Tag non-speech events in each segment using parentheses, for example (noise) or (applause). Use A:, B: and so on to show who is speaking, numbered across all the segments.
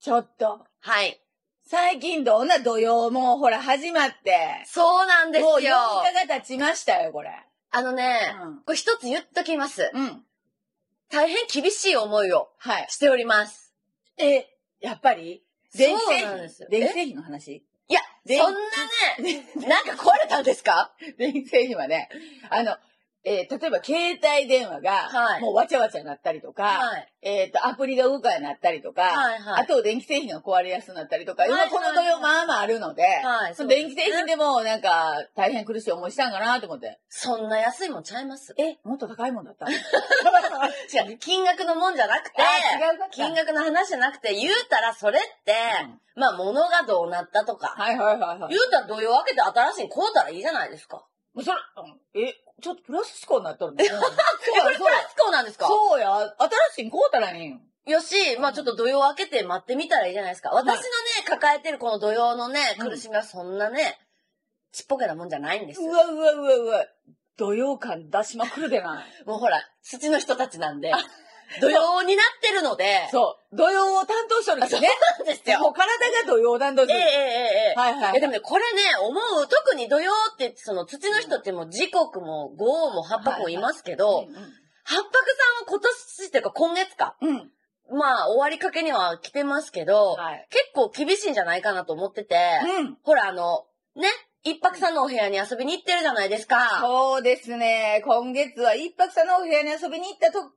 A: ちょっと。
B: はい。
A: 最近どんな土曜もほら始まって。
B: そうなんです
A: もう4日
B: よ。
A: が経ちましたよ、これ。
B: あのね、これ一つ言っときます。
A: うん。うん。
B: 大変厳しい思いを
A: はい。
B: しております。
A: え、やっぱり電気製
B: そうなん
A: 品
B: ですよ
A: 電気製品の話
B: いや、
A: 電 (laughs)
B: そんなね、なんか壊れたんですか
A: 電気製品はね、あの、えー例えば携帯電話が、
B: はい
A: もうわちゃわちゃになったりとか、
B: はい。
A: えっ、と、アプリが動かなくなったりとか、
B: はいは
A: あと電気製品が壊れやすくなったりとか、
B: はいはいはい
A: 今この土曜まあまああるので、
B: い。はい。そう
A: 電気製品でもなんか大変苦しい思いしたんかなと思って。
B: そんな安いもんちゃいます。
A: え、もっと高いもんだ (laughs) ったの違う
B: 違う、金額のもんじゃなくて、
A: かった
B: 金額の話じゃなくて、言うたらそれって、まあ物がどうなったとか、
A: はいはいはいはい。
B: 言うたら土曜明けて新しいに買うたらいいじゃないですか。
A: もうそれ、うんえ、ちょっとプラス思考になっと (laughs) るね。そうや
B: え、これプ
A: そう
B: ラ
A: や。
B: スコなんですか
A: そうや、新しいんこうたらいいん。
B: よし、まあちょっと土曜明けて待ってみたらいいじゃないですか。私のね、抱えてるこの土曜のね、
A: うん
B: 苦しみはそんなね、ちっぽけなもんじゃないんです
A: う
B: よ。
A: わうわうわうわ。土曜感出しまくるで (laughs) ない。
B: もうほら、土の人たちなんで、 (laughs) 土曜になってるので、
A: そう。土曜を担当しとるんです (laughs) ね。
B: うなんです
A: もう体が土曜担当し
B: え
A: と
B: ええ
A: る。
B: えええ。
A: はいはいい。
B: やでもね、これね、思う、特に土曜って、その土の人ってもう時刻も豪雨も八白もいますけど、八白さんは今年っていうか今月か、
A: うん。うん。
B: まあ終わりかけには来てますけど、
A: はい。
B: 結構厳しいんじゃないかなと思ってて、
A: うん。
B: ほらあの、ね、一泊さんのお部屋に遊びに行ってるじゃないですか。
A: そうですね。今月は一泊さんのお部屋に遊びに行った時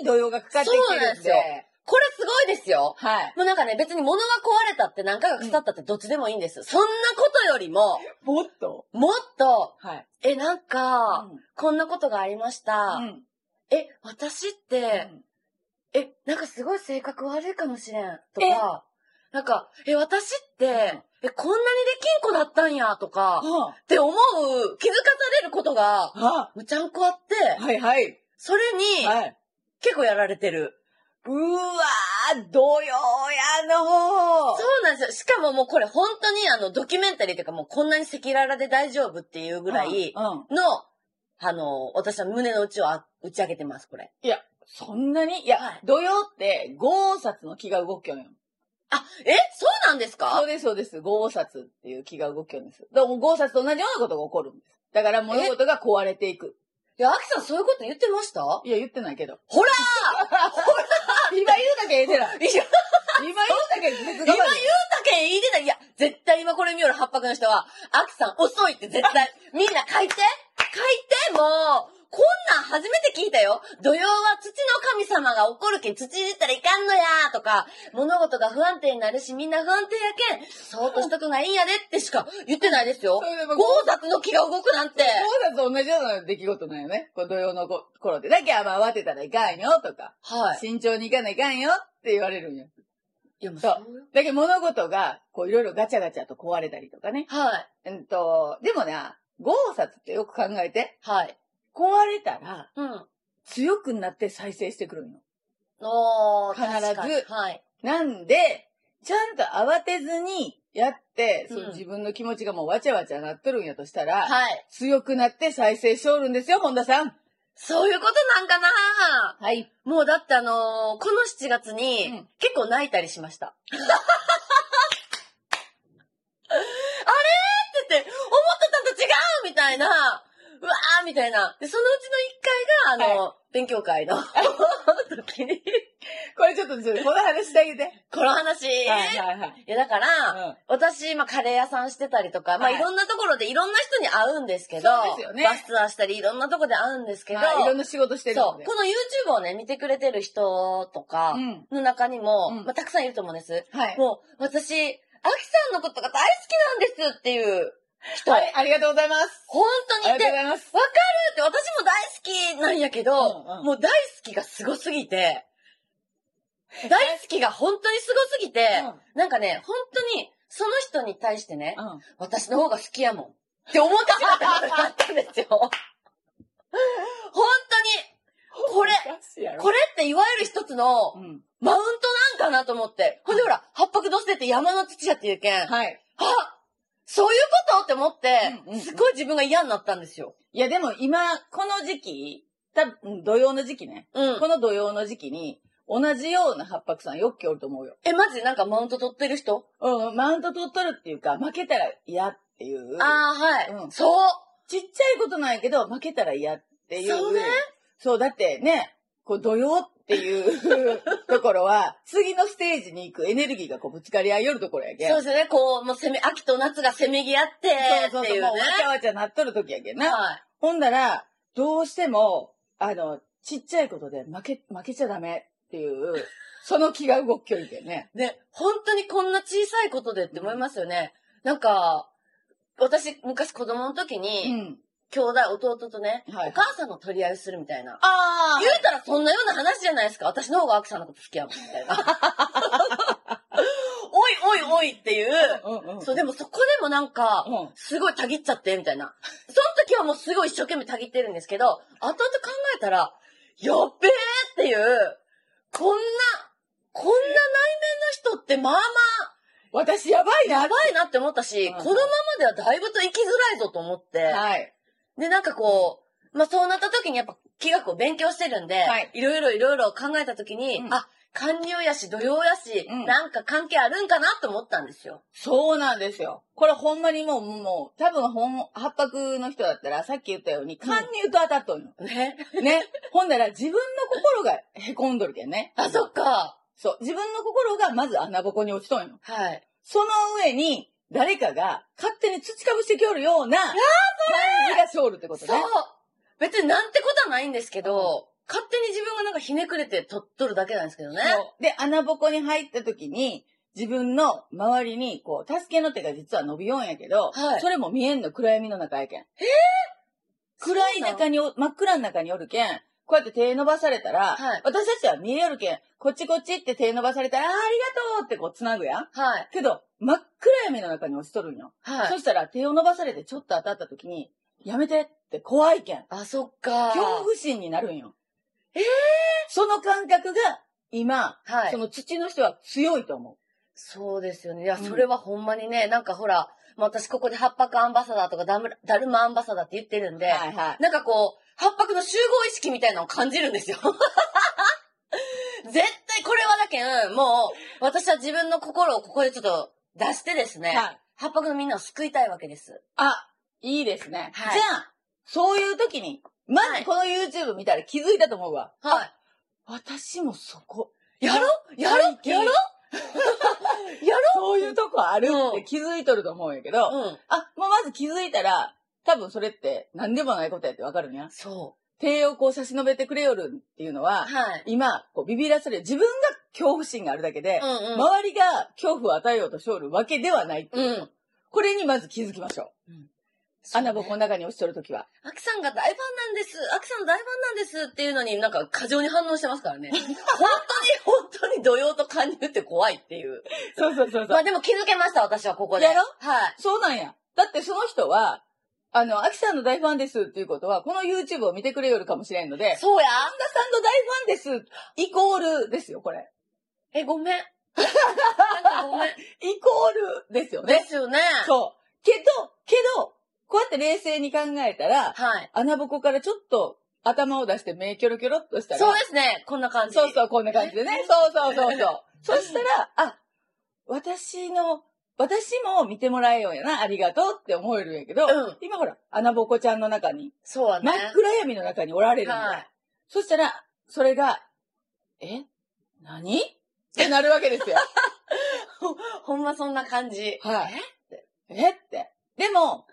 A: に土曜がかかってきてるんで。
B: そうなんでこれすごいですよ。
A: はい。
B: もうなんかね、別に物が壊れたって何かが腐ったってどっちでもいいんです。そんなことよりも、
A: もっと
B: もっと、
A: はい。
B: え、なんか、
A: うん
B: こんなことがありました。
A: うん。
B: え、私って、え、なんかすごい性格悪いかもしれん。とか、なんか、え、私って、え、こんなにできん子だったんや、とか、っ
A: は
B: て思う、気づかされることが、
A: あ。
B: むちゃんこあって、
A: はいはい。
B: それに、
A: はい。
B: 結構やられてる。
A: うわー、土曜やの
B: そうなんですよ。しかももうこれ本当にあの、ドキュメンタリーというかもうこんなに赤裸々で大丈夫っていうぐらい
A: うん。うん
B: の、あの、私は胸の内をあ打ち上げてます、これ。
A: そんなにいや、
B: はい
A: 土曜って5冊の気が動きょんよ。
B: あ、えそうなんですか
A: そうです、そうです。5冊っていう気が動きょんです。だから5冊と同じようなことが起こるんです。だから物事が壊れていく。
B: いや、アキさんそういうこと言ってましたほ
A: いや、言ってないけど。
B: ら
A: (laughs) 今言うだけ言えてない。
B: いや
A: 今言うだけ別
B: 今
A: が
B: 言うたけん言いてたいや、絶対今これ見よる八白の人は、アキさん遅いって絶対、みんな書いて書いてもうこんなん初めて聞いたよ土曜は土の神様が怒るけん土いじったらいかんのやとか、物事が不安定になるしみんな不安定やけん、そーっとしとくがいいんやでってしか言ってないですよ
A: それでも
B: 豪雑の気が動くなんて
A: 5冊と同じような出来事なんよね。こう土曜のこ頃で。だけはまあ慌てたらいかんよとか、
B: はい。
A: 慎重にいかないかんよって言われるんよ。
B: いや、もう
A: そう
B: そうよ
A: だけど物事が、こういろいろガチャガチャと壊れたりとかね。
B: はい。
A: うんと、でもな、5冊ってよく考えて、
B: はい。
A: 壊れたら
B: うん。
A: 強くなって再生してくるんよ。
B: おー、
A: 必ず
B: 確かにはい。
A: なんで、ちゃんと慌てずにやって、そう
B: うん
A: 自分の気持ちがもうわちゃわちゃなっとるんやとしたら、
B: はい。
A: 強くなって再生しおるんですよ、本田さん。
B: そういうことなんかな
A: はい。
B: もうだってあのーこの7月に、
A: うん
B: 結構泣いたりしました。あれってって、思ってたんと違うみたいな、うわーみたいな。で、そのうちの1回が、あの、勉強会
A: (laughs)
B: の時に、
A: これちょっと、ちょっとこの話してあげて。は
B: この話、
A: いはいはい。
B: いやだから、
A: うん
B: 私、まあ、カレー屋さんしてたりとか、ま
A: は
B: あ、
A: い
B: いろんなところでいろんな人に会うんですけど、
A: そうですよね
B: バスツアーしたり、いろんなとこで会うんですけど、
A: はい、いろんな仕事してる
B: そ
A: ん
B: う、
A: で。
B: この YouTube をね、見てくれてる人とか、
A: うん。
B: の中にも、
A: うん
B: まあ、たくさんいると思うんです。
A: はい。
B: もう、私、アキさんのことが大好きなんですっていう人、
A: はい、ありがとうございます。
B: 本
A: あ
B: 当
A: り
B: に
A: が
B: いて、
A: とう
B: だ
A: ございます。
B: って私も大好きなんやけど、
A: うんうん
B: もう大好きがすごすぎて、大好きが本当にすごすぎて、なんかね、本当に、その人に対してね、
A: うん。うん
B: 私の方が好きやもん。って思ってしまったことがあった
A: (laughs)
B: んですよ。本当に、これ、
A: おかしいやろ
B: これっていわゆる一つの、
A: うん。
B: マウントなんかなと思って。ほんでほら、八白土捨てって山の土やっていうけん。あ
A: はい。
B: そういうことって思って
A: うんうんう、ん
B: すごい自分が嫌になったんですよ。
A: いや、でも今、この時期、多分、土曜の時期ね。
B: うん。
A: この土曜の時期に、同じような八白さんよっきおると思うよ。
B: え、マジなんかマウント取ってる人
A: うん、マウント取っとるっていうか、負けたら嫌っていう。
B: ああ、はい、
A: うん
B: そう
A: ちっちゃいことなんやけど、負けたら嫌っていう。
B: そうね
A: そう、だってね、こう、土曜っていう
B: (laughs)
A: ところは、次のステージに行くエネルギーがこう、ぶつかり合いよるところやけん。
B: そうですよね、こう、もうせめ、秋と夏がせめぎ合って、って
A: そうそう
B: い
A: そう
B: う
A: もう
B: ね
A: わ。ちゃわちゃなっとる時やけんな。
B: はい。
A: ほんだら、どうしても、あの、ちっちゃいことで負け、負けちゃダメって
B: (laughs)
A: いう、その気が動きよいけんね。
B: で、本当にこんな小さいことでって思いますよね。なんか、私、昔子供の時
A: う
B: に、
A: ん。
B: 兄弟、弟とね、
A: はい
B: お母さんの取り合いをするみたいな。
A: あ
B: 言うたらそんなような話じゃないですか。私の方がアキさんのこと好きやもん、みたいな。 (laughs) おいおいおいっていう。
A: うんうん。
B: そう、でもそこでもなんか、
A: うん
B: すごいたぎっちゃって、みたいな。その時はもうすごい一生懸命たぎってるんですけど、後々考えたら、やっべえっていう、こんな、こんな内面の人ってまあまあ
A: 私やばいな
B: やばいなって思ったし、
A: うん
B: このままではだいぶと生きづらいぞと思って、
A: はい。
B: で、なんかこう、まあそうなった時にやっぱ気学を勉強してるんで、
A: はい
B: ろいろいろいろ考えた時に、
A: うん
B: あ、官僚やし、土曜やし、
A: うん
B: なんか関係あるんかなと思ったんですよ。
A: そうなんですよ。これほんまにもう、もう、多分ほん、八白の人だったら、さっき言ったように、貫入と当たっとんよ。
B: ね。
A: ね。 (laughs) ほんなら自分の心が凹んどるけんね。
B: あ、そっか。
A: そう。自分の心がまず穴ぼこに落ちとんよ。
B: はい。
A: その上に、誰かが勝手に土かぶしてきおるような、感じがしおるってことね
B: そう。別になんてことはないんですけど、勝手に自分がなんかひねくれて取っとるだけなんですけどね。
A: そうで、穴ぼこに入った時に、自分の周りに、こう、助けの手が実は伸びようんやけど、
B: はい
A: それも見えんの暗闇の中やけん。暗い中にお、真っ暗の中におるけん、こうやって手伸ばされたら、
B: はい
A: 私たちは見えるけん、こっちこっちって手伸ばされたら、あーありがとうってこう繋ぐやん。
B: はい。
A: けど、真っ暗闇の中に落ちとるんよ。
B: は
A: そ
B: い。
A: したら手を伸ばされてちょっと当たった時に、やめてって怖いけん。
B: あ、そっか。
A: 恐怖心になるんよ。
B: えー
A: その感覚が、今、
B: はい
A: そ。の土の人は強いと思
B: そうですよね。いや、
A: うん
B: それはほんまにね、なんかほら、まあ、私ここで八白アンバサダーとかダムダルマアンバサダーって言ってるん
A: う。
B: で、
A: いは。
B: なんかこう、八白の集合意識みたいなのを感じるんですよ。 (laughs) 絶対これはだけん、もう、私は自分の心をここでちょっと出してですね、
A: はい。
B: 八白のみんなを救いたいわけです。
A: あ、いいですね。
B: はい
A: じゃあ、そういう時に、ま
B: はい
A: ずこの YouTube 見たら気づいたと思うわ。
B: はい。
A: 私もそこ。
B: やろやろ
A: 最近
B: や
A: (laughs)
B: ろや
A: そういうとこある
B: うん
A: って気づいとると思うんやけど、あ、
B: ろうん。
A: もうまず気づいたら、多分それって何でもないことやってわかるんや。
B: そ
A: 手をこう差し伸べてくれよるっていうの
B: う。
A: は、
B: はい。
A: 今、こうビビらせる。自分が恐怖心があるだけで、
B: うんうん。
A: 周りが恐怖を与えようとしおるわけではないっていうう。
B: ん。
A: これにまず気づきましょう。穴ぼこの中に落ちとるときは。
B: アキさんが大ファンなんです。アキさんの大ファンなんですっていうのになんか過剰に反応してますから (laughs) ね。本当に、本当に土曜と勧入って怖いっていう。
A: そうそうそう
B: まあでも気づけました、私はここで。
A: やろ
B: はい。
A: そうなんや。だってその人は、あの、アキさんの大ファンですっていうことは、この YouTube を見てくれよるかもしれんので、アキさ
B: そうや
A: んの大ファンです、イコールですよ、これ。
B: え、ご (laughs) めん。なんかごめん。
A: イコールですよ
B: で
A: ね。
B: すよね。
A: そう。けど、けど、こうやって冷静に考えたら、
B: はい。
A: 穴ぼこからちょっと頭を出して目キョロキョロっとしたら、
B: そうですね。こんな感じ。
A: そうそう、こんな感じでね。そうそうそう (laughs) そう。そしたら、あ、私の、私も見てもらえようやな、ありがとうって思えるんやけど、
B: うん
A: 今ほら、穴ぼこちゃんの中に、
B: そうやね。
A: 真っ暗闇の中におられるんだ。
B: はい。
A: そしたら、それが、え何ってなるわけです (laughs) よ。
B: ほんまそんな感じ。
A: はい
B: え。
A: えって。でも、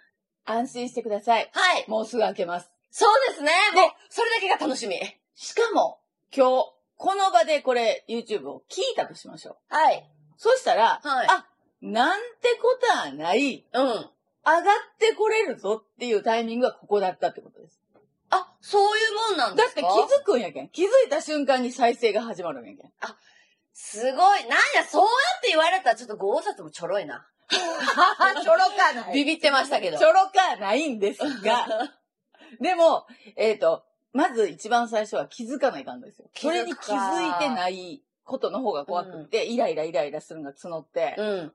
A: 安心してください。
B: はい。
A: もうすぐ開けます。
B: そうですね。もう、それだけが楽しみ。
A: しかも、今日、この場でこれ、YouTube を聞いたとしましょう。
B: はい。
A: そしたら、
B: はい
A: あ、なんてことはない。
B: うん。
A: 上がってこれるぞっていうタイミングがここだったってことです。
B: あ、そういうもんなんで
A: だっ
B: す
A: て
B: か
A: 気づくんやけん。気づいた瞬間に再生が始まるんやけん。
B: すごい。なんや、そうやって言われたらちょっと5冊 (laughs) もちょろいな。
A: ちょろかな
B: ビビってましたけ
A: ち
B: ど。
A: ょろかないんです
B: (laughs)
A: が、でも、えっ、と、まず一番最初は気づかないかんですよ。
B: 気づ
A: そ
B: くか
A: れに気づいてないことの方が怖くって、イライライライラするのが募って、
B: うん。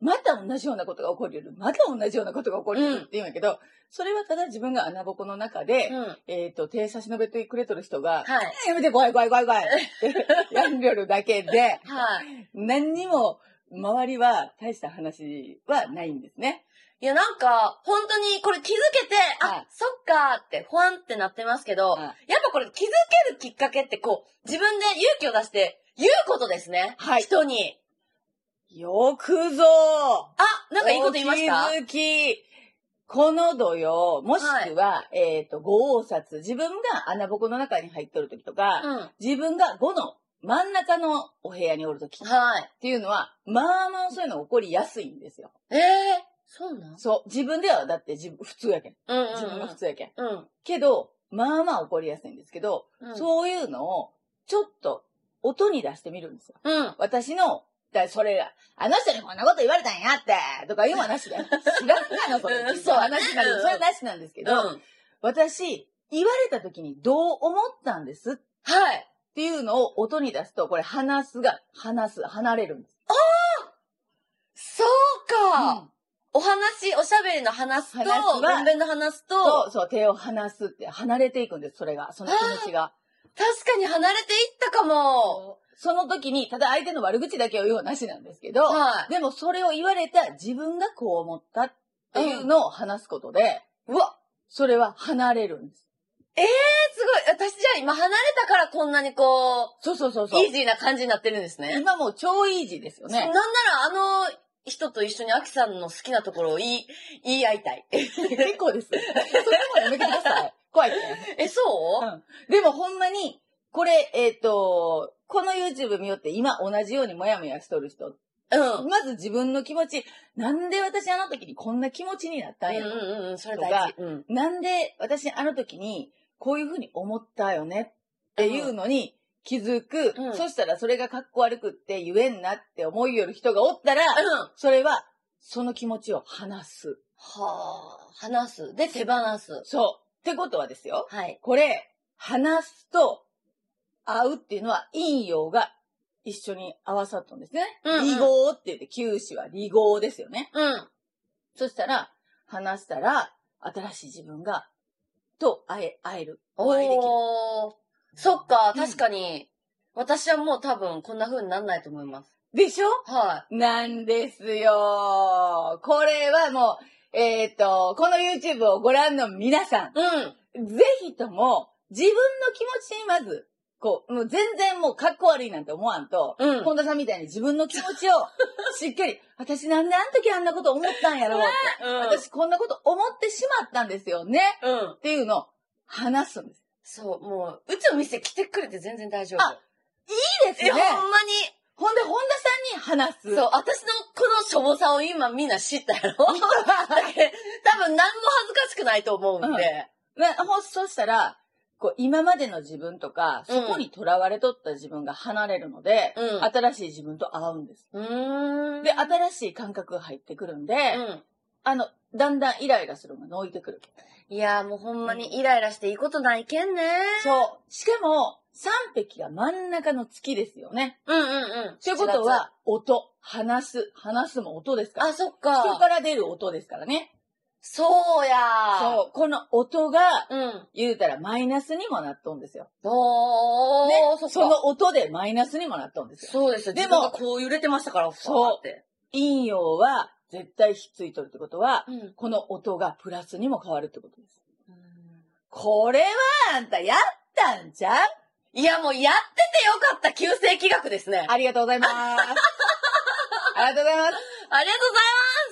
A: また同じようなことが起こりうる、また同じようなことが起こりうるって言うんやけど、それはただ自分が穴ぼこの中で、
B: うん。は
A: えっ、と、手差し伸べてくれとる人が、
B: い。
A: やめて、怖い怖い怖い怖いって、やんりょるだけで、
B: はい。
A: 何にも周りは大した話はないんですね。
B: いや、なんか、本当にこれ気づけて、
A: は
B: あ
A: い、
B: そっかーって、ほわんってなってますけど、
A: は
B: やっぱこれ気づけるきっかけってこう、自分で勇気を出して言うことですね。
A: は。
B: 人に。
A: よくぞ
B: あ、なんかいいこと言いました
A: お気づきこの土曜、もしくは、えっ、と、五王札。自分が穴ぼこの中に入っとる時とか、
B: うん。
A: 自分が5の真ん中のお部屋におる時っ
B: はい。
A: ていうのは、まあまあそういうの起こりやすいんですよ。
B: ええー、そうなん
A: そう。自分ではだって自分、普通やけん。
B: うんうん、うん。
A: 自分が普通やけん。
B: うん。
A: けど、まあまあ起こりやすいんですけど、
B: うん。
A: そういうのを、ちょっと、音に出してみるんですよ。
B: うん。うん。
A: 私の、だそれが、あの人にこんなこと言われたんやって、とかいうのはなし
B: (laughs)
A: だよ。知らんがな、それ。
B: うん
A: そう、話な
B: うん
A: る。それはなしなんですけど、
B: は
A: 私、言われた時にどう思ったんです
B: い。
A: っていうのを音に出すと、これ、話すが、話す、離れるんです。
B: そうか、
A: うん
B: お話、おしゃべりの話すと、
A: 話は
B: 文面の話すと、
A: そう、そう、手を離すって、離れていくんです、それが、その気持ちが。
B: 確かに離れていったかも。
A: その時に、ただ相手の悪口だけを言うのはなしなんですけど、
B: は
A: でもそれを言われた自分がこう思ったっていうのを話すことで、
B: い。うわ、
A: それは離れるんです。
B: えすごい。私じゃあ今離れたからこんなにこう、
A: そうそうそうそう
B: イー。ジーな感じになってるんですね。
A: 今もう超イージーですよ
B: な
A: ね
B: んな。らあの人と一緒にアキさんの好きなところを言い、 (laughs) 言い合いたい。
A: 結構です。それもやめてくだ (laughs) さい。怖いですね。
B: (laughs) え、そう、
A: でもほんまに、これ、えっ、と、この YouTube 見よって今同じようにモヤモヤしとる人、
B: うん、うん。
A: まず自分の気持ち、なんで私あの時にこんな気持ちになったんや、
B: うんうんうん、それ大事。うん。
A: なんで私あの時にこういうふうに思ったよねっていうのに気づく。
B: うん
A: そしたらそれが格好悪くって言えんなって思いよる人がおったら、それはその気持ちを話す。
B: はあ、話す。で、手放す。
A: そう。ってことはですよ。
B: はい。
A: これ、話すと合うっていうのは陰陽が一緒に合わさったんですね。
B: うんうん
A: 離合って言って、九死は離合ですよね。
B: うん。
A: そしたら、話したら、新しい自分が、と会え、会える。お会いできる。
B: おー。そっか、
A: うん
B: 確かに。私はもう多分こんな風になんないと思います。
A: でしょ
B: は
A: なんですよ。これはもう、えっ、と、この YouTube をご覧の皆さ
B: い。うん。
A: ん、ぜひとも、自分の気持ちにまず、こう、もう全然もう格好悪いなんて思わんと、
B: うん
A: 本田さんみたいに自分の気持ち (laughs) を、しっかり、私なんであの時あんなこと思ったんやろうって、
B: 私、
A: 私こんなこと思ってしまったんですよね、
B: うん。
A: っていうのを話すんです。
B: そう、もう、うちの店来てくれて全然大丈夫。
A: あいいですね
B: え、ほ。んまに。
A: ほんで、本田さんに話す。
B: そう、私のこのしょぼさを今みんな知ったや
A: (laughs)
B: ろだけ多分何も恥ずかしくないと思うんで。
A: ね、ほそうしたら、こう、今までの自分とか、
B: う
A: そ
B: ん
A: こに囚われとった自分が離れるので、
B: うん
A: 新しい自分と会うんです。
B: うーん。
A: で、新しい感覚が入ってくるんで、
B: うん。
A: あの、だんだんイライラするのが抜いてくる。
B: いやーもうほんまにイライラしていいことないけんね。
A: そう。しかも、三匹が真ん中の月ですよね。
B: うんうんうん。
A: ということは、音、話す、話すも音ですから。
B: あ、そっ
A: 人か
B: か。
A: ら出る音ですからね。
B: そうやー。
A: そう。この音が、
B: う。うん。
A: 言うたらマイナスにもなっとんですよ。
B: おー、
A: ね
B: そっか。
A: その音でマイナスにもなっとんですよ。
B: そうですよ。
A: でも
B: 自分がこう揺れてましたから、
A: そう
B: ふわーって。
A: 陰陽は絶対ひっついとるってことは、
B: うん。
A: この音がプラスにも変わるってことです。これはあんたやったんじゃん
B: いや、もうやっててよかった、急性気学ですね。
A: ありがとうございます。ありがとうございます。
B: ありがとうございます